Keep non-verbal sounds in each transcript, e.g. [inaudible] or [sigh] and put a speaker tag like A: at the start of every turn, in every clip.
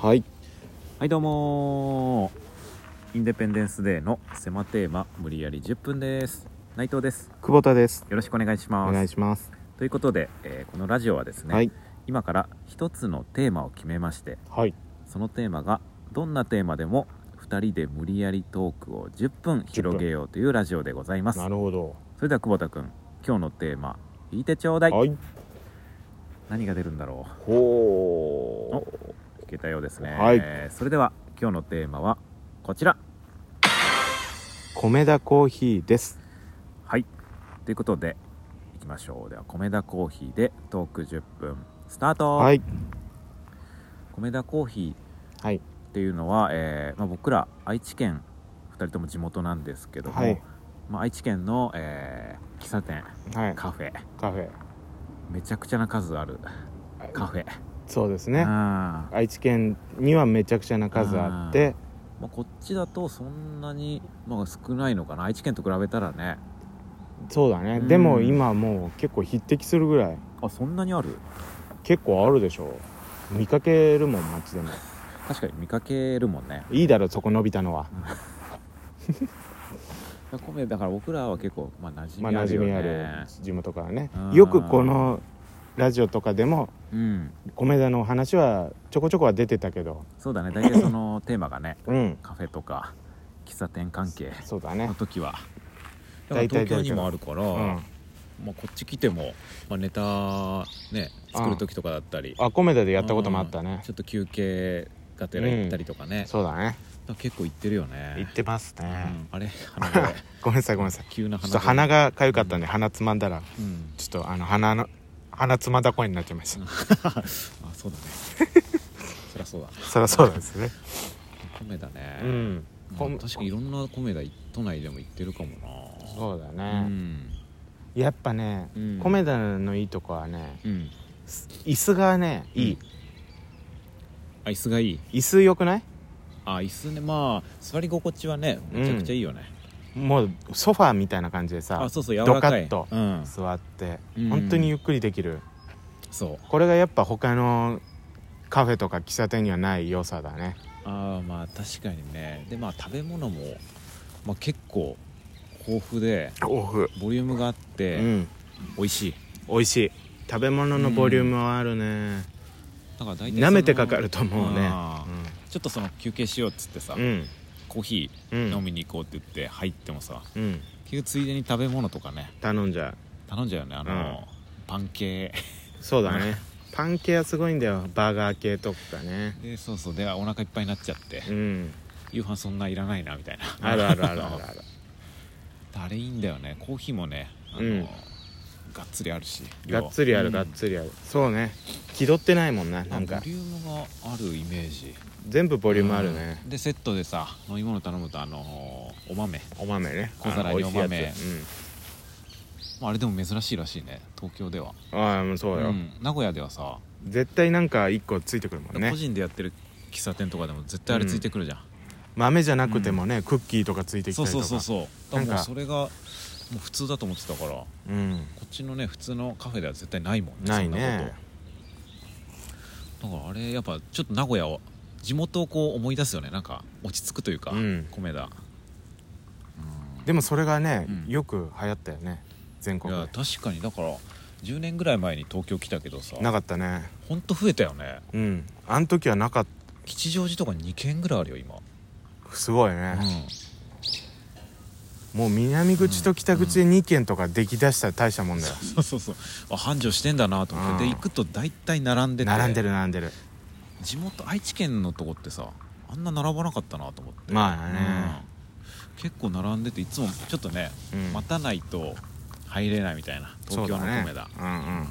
A: はい
B: はいどうもーインデペンデンスデーの狭テーマ無理やり10分です内藤です
A: 久保田です
B: よろしくお願いします
A: お願いします、
B: ということで、えーこのラジオはですね、
A: はい
B: 今から一つのテーマを決めまして
A: はい
B: そのテーマがどんなテーマでも2人で無理やりトークを10分広げようというラジオでございます
A: なるほど
B: それでは久保田君今日のテーマ聞いてちょうだい
A: はい
B: 何が出るんだろう
A: ほう
B: 聞けたようですね、
A: はい
B: それでは今日のテーマはこちら
A: 米田コーヒーです
B: はいということでいきましょうでは米田コーヒーでトーク10分スタート、
A: はい
B: 米田コーヒ
A: はい
B: ーっていうのは、えーまあ、僕ら愛知県2人とも地元なんですけども、
A: はい
B: まあ、愛知県の、えー喫茶店
A: はい
B: カフェ
A: カフェ
B: めちゃくちゃな数あるカフェ
A: そうですね
B: ね
A: 愛知県にはめちゃくちゃな数あって
B: まあ、こっちだとそんなに、まあ、少ないのかな愛知県と比べたらね
A: そうだね
B: うん
A: でも今もう結構匹敵するぐらい
B: あそんなにある
A: 結構あるでしょ見かけるもん街でも
B: 確かに見かけるもんね
A: いいだろそこ伸びたのは
B: 米だから僕らは結構、まあ、馴
A: ま
B: 染
A: あ
B: み
A: 馴染
B: あるよね、
A: みある地元からね
B: うん
A: よくこのラジオとかでも
B: うん
A: 米田の話はちょこちょこは出てたけど
B: そうだね大体そのテーマがね
A: うん
B: カフェとか喫茶店関係
A: そうだ
B: [laughs]
A: ね
B: の時はだから
A: 大体
B: 東京にもあるから、
A: うん
B: まあ、こっち来ても、まあ、ネタね作る時とかだったり
A: あ米田でやったこともあったね
B: ちょっと休憩がてら行ったりとかね、だか
A: そうだね
B: ら結構行ってるよね
A: 行ってます
B: う
A: ね
B: んあれ鼻が
A: [laughs] ごめんなさいごめんなさい
B: 急な
A: ちょっと
B: 鼻
A: 鼻が痒かったんで鼻つまんだら
B: うん
A: ちょっとあの鼻の鼻つまんだ声になっちゃいました
B: あそうだ
A: [laughs]
B: ねそりゃそうだ
A: そりゃそうですね
B: 米だね、
A: うん
B: まあ
A: こん
B: 確かにいろんな米だ都内でも行ってるかもな
A: そうだ
B: う
A: ね
B: ん
A: やっぱね
B: うん
A: 米田のいいとこはね
B: うん
A: 椅子がねいい
B: あ椅子がいい
A: 椅子良くない
B: あ椅子ねまあ座り心地はねめちゃくちゃいいよね、
A: もうソファーみたいな感じでさ
B: あそうそう柔らかい
A: ドカッと
B: うん
A: 座って
B: うん
A: 本当にゆっくりできる
B: そう
A: これがやっぱ他のカフェとか喫茶店にはない良さだね
B: あーまあ確かにねでまあ食べ物も、まあ、結構豊富で
A: オフ
B: ボリュームがあって、
A: うん
B: 美味しい
A: 美味しい食べ物のボリュームはあるね
B: だから大体その
A: 舐めてかかると思うね
B: あーちょっとその休憩しようっつってさ、
A: うん
B: コーヒ
A: う
B: ー飲
A: ん
B: みに行こうって言って入ってもさ
A: うん
B: 結局ついでに食べ物とかね
A: 頼んじゃう
B: 頼んじゃうよねあの、パン系
A: そうだ
B: [laughs]
A: ねパン系はすごいんだよバーガー系とかね
B: でそうそうでお腹いっぱいになっちゃって
A: うん
B: 夕飯そんないらないなみたいな
A: あるあるあるあ
B: [laughs]
A: るある
B: あれいいんだよねコーヒーもねあの、
A: うん
B: がっつりあるし量
A: がっつりあ
B: う
A: る
B: ん
A: がっつりあるそうね気取ってないもんななん
B: あ
A: か
B: ボリュームがあるイメージ
A: 全部ボリュームあるね
B: うんでセットでさ飲み物頼むとあのーお豆、
A: お豆ね
B: 小皿にお豆
A: あの美味しいや
B: まあ、あれでも珍しいらしいね東京では
A: つうんああもうそうよ
B: ん、名古屋ではさ、
A: 絶対なんか一個ついてくるもんね
B: 個人でやってる喫茶店とかでも絶対あれついてくるじゃん、
A: 豆じゃなくてもねクッキーとかついてきた
B: そう
A: りと
B: そう
A: か
B: そうそ
A: な
B: うだから
A: ん
B: もう
A: か
B: それがもう普通だと思ってたからこ
A: うん
B: っちのね普通のカフェでは絶対ないもんね
A: ないね
B: そんなことだからあれやっぱちょっと名古屋を地元をこう思い出すよねなんか落ち着くというか、
A: うん
B: 米田
A: でもそれがね、
B: うん
A: よく流行ったよね全
B: い
A: 国
B: や
A: で
B: 確かにだから10年ぐらい前に東京来たけどさ
A: なかったね
B: ほんと増えたよね
A: うんあの時はなかっ
B: 吉祥寺とか2軒ぐらいあるよ今、
A: たすごいうね、
B: ん、
A: もう南口と北口で2軒とかできだしたら大したもんだよ、
B: そうそうそうあ繁盛してんだなと思って、
A: うん
B: で行くと大体並んでて
A: 並んでる並んでる
B: 地元愛知県のとこってさあんな並ばなかったなと思って
A: まあ
B: うん
A: ね、
B: 結構並んでていつもちょっとね、
A: うん
B: 待たないと入れないみたいな東京の
A: そ
B: 米だ
A: うだねうんうん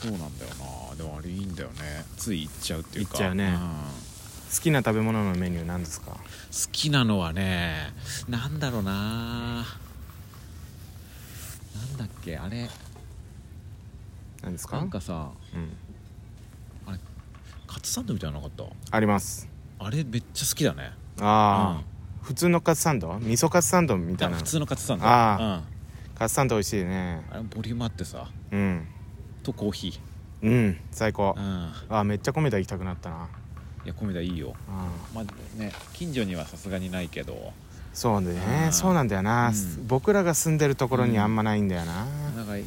B: そう,、なんだよなでもあれいいんだよねつい行っちゃうっていうか
A: 行っちゃうね
B: ん
A: 好きな食べ物のメニューなんですか
B: 好きなのはねなんだろうななんだっけあれ
A: 何ですか
B: なんかさ
A: うん、
B: カツサンドみたいなのなかっ
A: あります
B: たあれめっちゃ好きだね
A: ああ、
B: うん
A: 普通のカツサンド味噌カツサンドみたいな
B: 普通のカツサンド
A: ああカツサンド美味しいね
B: うん、あれボリュームあってさ
A: うん
B: とコーヒー
A: うん最高
B: うん
A: あめっちゃ米田行きたくなったない
B: や米田いいよ
A: うん
B: まあね近所にはさすがにないけど
A: そうで
B: う
A: ね
B: ん
A: そうなんだよな、
B: うん
A: 僕らが住んでるところにあんまないんだよな、
B: なんかい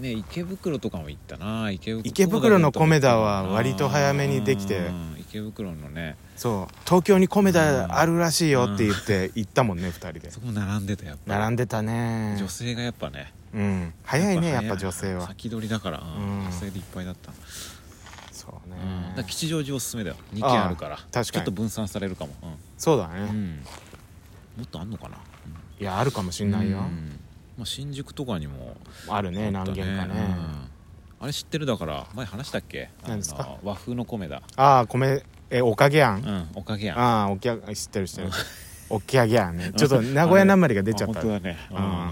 B: ね池袋とかも行ったな池袋
A: 池袋の米田は割と早めにできて
B: うん池袋のね
A: そう東京に米田あるらしいよって言って行ったもんね2人で
B: そこ並んでたやっぱ
A: 並んでたね
B: 女性がやっぱね
A: うん早いねやっぱ女性は
B: 先取りだから、うん
A: うん
B: 女性でいっぱいだった、う
A: そうね
B: んだから吉祥寺おすすめだよ2軒あるから
A: 確かに
B: ちょっと分散されるかも、
A: そうだ
B: うん
A: ね
B: もっとあんのかな、うん
A: いやあるかもしんないよ
B: うんまあ、新宿とかにも
A: あるね
B: あっ
A: 何
B: た
A: 軒かね
B: うんあれ知ってるだから前話したっけあの
A: 何ですか
B: 和風の米だ
A: ああ米えおかげやん
B: うんおかげやん
A: ああおきゃ知ってる知ってるおきゃげやんねちょっと名古屋なまりが出ちゃっ
B: あ
A: た
B: 本当だねうん、
A: うん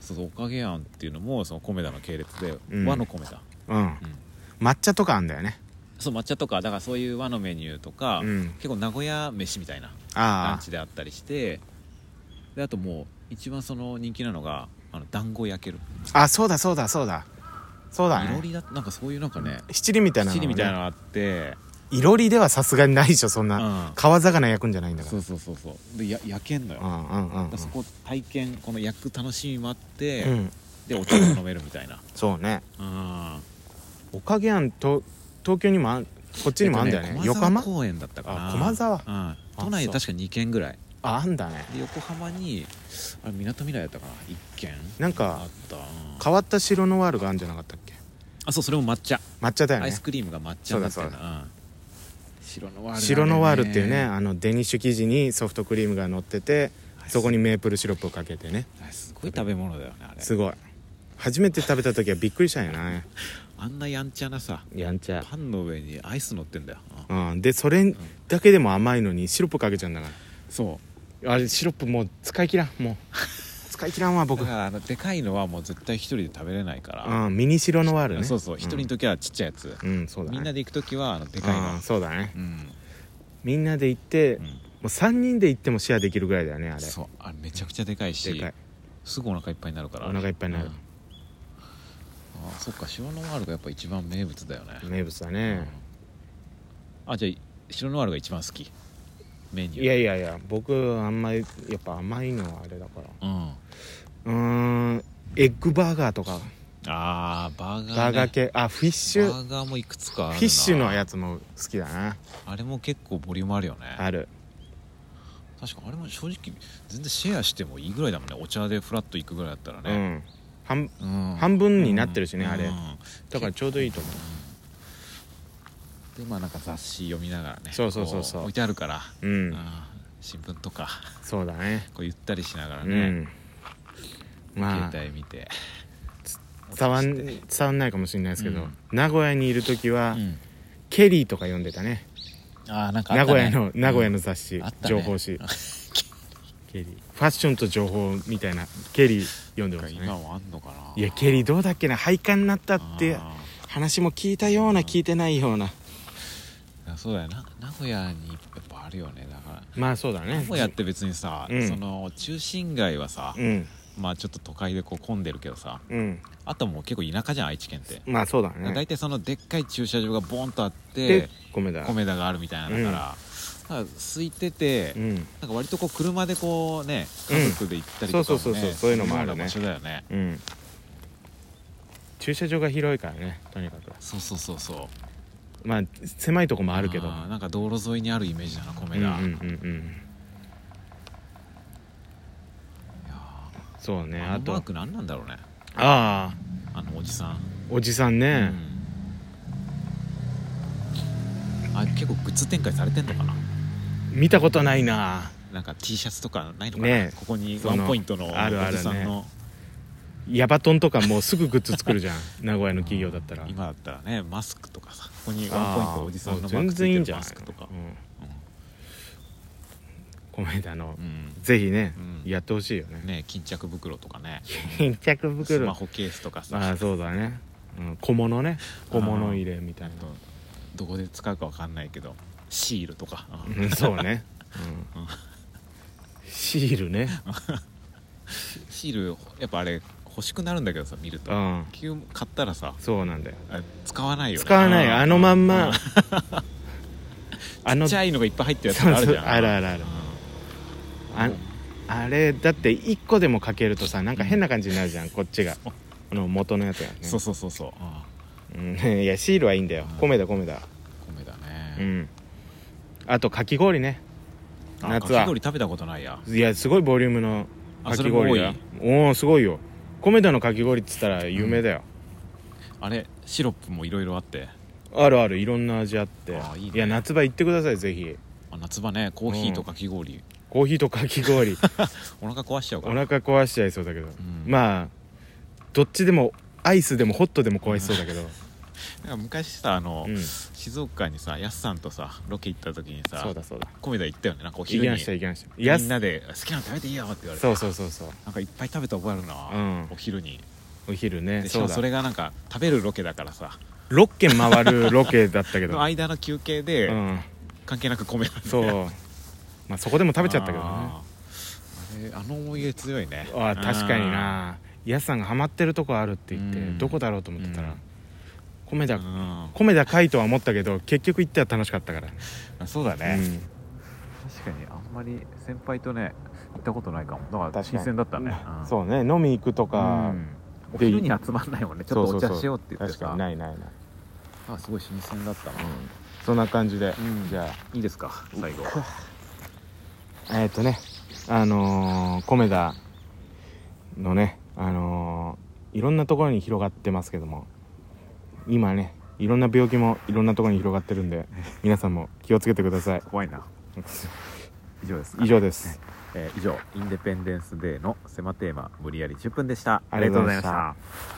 B: そうそうおかげやんっていうのもその米田の系列で、
A: うん
B: 和の米田、
A: うん
B: うん
A: 抹茶とかあんだよね
B: そう抹茶とかだからそういう和のメニューとか、
A: うん
B: 結構名古屋飯みたいなラン
A: あ
B: チであったりしてであともう一番その人気なのがあの団子焼ける
A: ああそうだそうだそうだそうだ
B: いろ
A: ね
B: りだなんかそういうなんかね
A: 七里みたいな
B: 七
A: の
B: 里みたいなの
A: ね
B: があって、
A: いろりではさすがにないでしょそん
B: う、
A: なん川魚焼くんじゃないんだか
B: そうそうそうそうでや焼けんのよ、
A: らう
B: だか
A: んうんうん
B: らそこ体験この焼く楽しみもあって、
A: うんうん
B: でお茶も飲めるみたいな
A: そうね
B: うん
A: おかげやんと東京にもあんこっちにもあんだよね,、
B: えっと
A: 横浜
B: 駒沢公園だったかな
A: あ駒沢
B: うん、都内で確か2軒ぐらい
A: ああんだね
B: で横浜にあれみなとみらいだったかな1軒
A: なん
B: あ
A: か
B: った、うん
A: 変わった白ノワールがあるんじゃなかったっけ
B: あそうそれも抹茶、
A: 抹茶だよ
B: アイ
A: ね
B: スクリームが抹茶になって
A: そ
B: る
A: うだ
B: な白のワールだね
A: 白ノワールっていうねあのデニッシュ生地にソフトクリームが乗ってて
B: はい
A: そこにメープルシロップをかけてね
B: あすごい食べ物だよねあれ
A: すごい初めて食べた時はびっくりしたんやな
B: あんなやんちゃなさ
A: やんちゃ
B: パンの上にアイス乗ってんだよ、うん
A: うんでそれだけでも甘いのにシロップかけちゃうんだか
B: そ
A: らあれシロップもう使い切らんもう [laughs] 使い切らんわ
B: うだ
A: 僕
B: からあのでかいのはもう絶対一人で食べれないから、
A: うんミニ白ノワールね
B: そうそう一人の時はちっちゃいやつ、
A: うんうんそうだね
B: みんな
A: で
B: で行く時はあのでかいの
A: そうだね
B: うん、
A: みんなで行って、
B: う
A: も
B: ん、
A: う3人で行ってもシェアできるぐらいだよねあれ
B: そうあれめちゃくちゃでかいし
A: でかい
B: すぐお腹いっぱいになるから
A: お腹いっぱいになる
B: うんあそっか白ノワールがやっぱ一番名物だよね
A: 名物だね、
B: あじゃあ白ノワールが一番好きメニュー
A: いやいやいや僕あんまりやっぱ甘いのはあれだから
B: うん
A: うーんエッグバーガーとか
B: あーバーガー、ね、
A: バーガー系あフィッシュ
B: バーガーもいくつかあるな
A: フィッシュのやつも好きだな
B: あれも結構ボリュームあるよね
A: ある
B: 確かあれも正直全然シェアしてもいいぐらいだもんねお茶でフラッといくぐらいだったら
A: う
B: ね、
A: ん半
B: うん
A: 半分になってるしね
B: うん
A: あれ
B: うん
A: だからちょうどいいと思う
B: でまあなんか雑誌読みながらね
A: そうそうそうそう
B: こ置いてあるから、
A: う
B: うんん新聞とか [laughs]
A: そうだね
B: こうゆったりしながら
A: う
B: ね、
A: んまあ
B: 携帯見て
A: [laughs] 伝わん伝わんないかもしれないですけど、
B: うん
A: 名古屋にいる時は、
B: うん
A: ケリーとか読んでたね
B: ああなんかあ
A: 名
B: った
A: 古
B: ね
A: 屋の名古屋の雑誌、
B: うんあったね
A: 情報
B: [laughs]
A: 誌ケリーファッションと情報みたいなケリー読んで
B: なん
A: ま
B: か
A: す
B: 今
A: ね
B: もあんのかないい
A: やケリーどうだっけな廃刊になったって話も聞いたような聞いてないような
B: そうだよな名古屋にやっぱあるよねだから
A: まあそうだね
B: 名古屋って別にさ、
A: うん
B: その中心街はさ、
A: うん
B: まあちょっと都会でこう混んでるけどさ
A: うん
B: あとはもう結構田舎じゃん愛知県って、
A: まあそうだ
B: だい大
A: ね
B: 体そのでっかい駐車場がボンとあって
A: で米だ
B: 米田があるみたいなのだから、なんか空いてて、
A: うん
B: なんか割とこう車でこうね
A: うん
B: 家族で行ったりとかも、ね
A: そうそうそうそうそういうのもあるね
B: そういうような場所だよね
A: うん駐車場が広いからねとにかく
B: そうそうそうそう
A: まあ狭いとこもあるけど
B: ーなんか道路沿いにあるイメージだな
A: う
B: 米
A: んうん
B: 田、
A: う
B: い
A: ん
B: や
A: そうね
B: ー
A: あ
B: あのマー
A: と
B: ク何なんだろうね
A: ああ
B: あのおじさん、
A: おじさん
B: う
A: ね、
B: んあ結構グッズ展開されてんのかな
A: 見たことないな
B: なんか T シャツとかないのかな、
A: ねえ
B: ここに
A: そ
B: ワ
A: の
B: ンポイントのお
A: あるあるね
B: じさんの、
A: ヤバトンとかもうすぐグッズ作るじ
B: [laughs]
A: ゃん名古屋の企業だったら
B: 今だったらねマスクとかさここにワンポイントおじさんのマ
A: あー
B: ー
A: 全
B: クつい
A: 然いいん
B: てる
A: じゃ
B: マ
A: ない
B: スクとか
A: うん、この間の、
B: うん、
A: ぜひね、
B: うん
A: やってほしいよね
B: ね巾着袋とかね
A: 巾着
B: ス
A: 袋
B: マ
A: あ
B: ホケースとかさ
A: あそうだね、うん、小物ね小物入れみたい
B: あとどこで使うかわかんないけどシールとか、うん
A: な、うん、そうね、うん、シールね
B: シールやっぱあれ欲しくなるんだけどさ見ると、
A: うん
B: 急買ったらさ
A: そうなんだよ
B: あ使わないよね
A: 使わないあのまんま [laughs] あ
B: ちっ
A: の
B: ち
A: そう
B: ゃいのがいっぱい入ってるやつある
A: そ
B: じ
A: う
B: ゃん
A: あるあるあるあ
B: うん
A: あれだって一個でもかけるとさなんか変な感じになるじゃんこっちが
B: そう
A: あの元のやつがね
B: そうそうそうそうあ
A: うん、 [laughs] いやシールはいいんだよ
B: うん
A: 米だ米だ
B: ー米だ
A: う
B: ね、
A: んあとかき氷ね
B: あ
A: 夏は
B: かき氷食べたことないや
A: いやすごいボリュームの
B: あ
A: か
B: そ
A: き
B: れも多
A: 氷
B: い
A: だおおすごいよ米田のかき氷っつったら有名だよ、
B: あれシロップもいろいろあって
A: あるあるいろんな味あって
B: あーいいね
A: や夏場行ってくださいぜひ
B: あ夏場ねコーヒーとかき氷、
A: コーヒーとかき
B: [laughs]
A: 氷
B: お腹壊しちゃう
A: お
B: から、
A: 腹壊しちゃいそうだけど、
B: ん
A: まあどっちでもアイスでもホットでも壊しそう
B: [laughs]
A: だけど、
B: なんか昔さあの、
A: うん
B: 静岡にさやすさんとさロケ行った時にさ
A: そうだそうだ
B: 米田行ったよねなんかお
A: 行き
B: 昼
A: ま
B: に
A: した行きました
B: み
A: や
B: ん
A: す
B: なで好きなの食べていいよって言われて
A: そうそうそうそう
B: なんかいっぱい食べた覚えあるな、
A: うん
B: お昼に
A: お昼ね
B: でしか
A: そう
B: も
A: だ
B: それがなんか食べるロケだからさ
A: 6軒回るロケだったけ
B: [laughs]
A: ど
B: の間の休憩で、
A: うん
B: 関係なく米なんで
A: そうまあそこでも食べちゃったけどね
B: あーあれあの思い出強いね
A: ああ確かになやすさんがハマってるとこあるって言って、
B: うん
A: どこだろうと思ってたら、
B: うん
A: 米
B: う
A: 田
B: ん
A: 米田海とは思ったけど結局行っては楽しかったから
B: あそうだね、
A: ね、
B: 確かにあんまり先輩とね行ったことないかもだか
A: 確
B: ら
A: かに
B: 新鮮だったね、うん
A: そうね飲み行くとか、
B: うんお
A: で
B: 昼に集まんないもんねちょっと
A: そう
B: お
A: そう
B: 茶
A: そう
B: しようって言って
A: 確か
B: さ
A: にないないない、
B: あすごい新鮮だったな、
A: そんな感じで、
B: うん
A: じゃ
B: いいですか最後
A: あえっ、とねあのー、米田のねあのーいろんなところに広がってますけども今ねいろんな病気もいろんなところに広がってるんで皆さんも気をつけてください
B: 怖いな以上ですか
A: 以上です
B: えー以上インデペンデンスデーの狭テーマ無理やり10分でした
A: ありがとうございました
B: ありがとうございま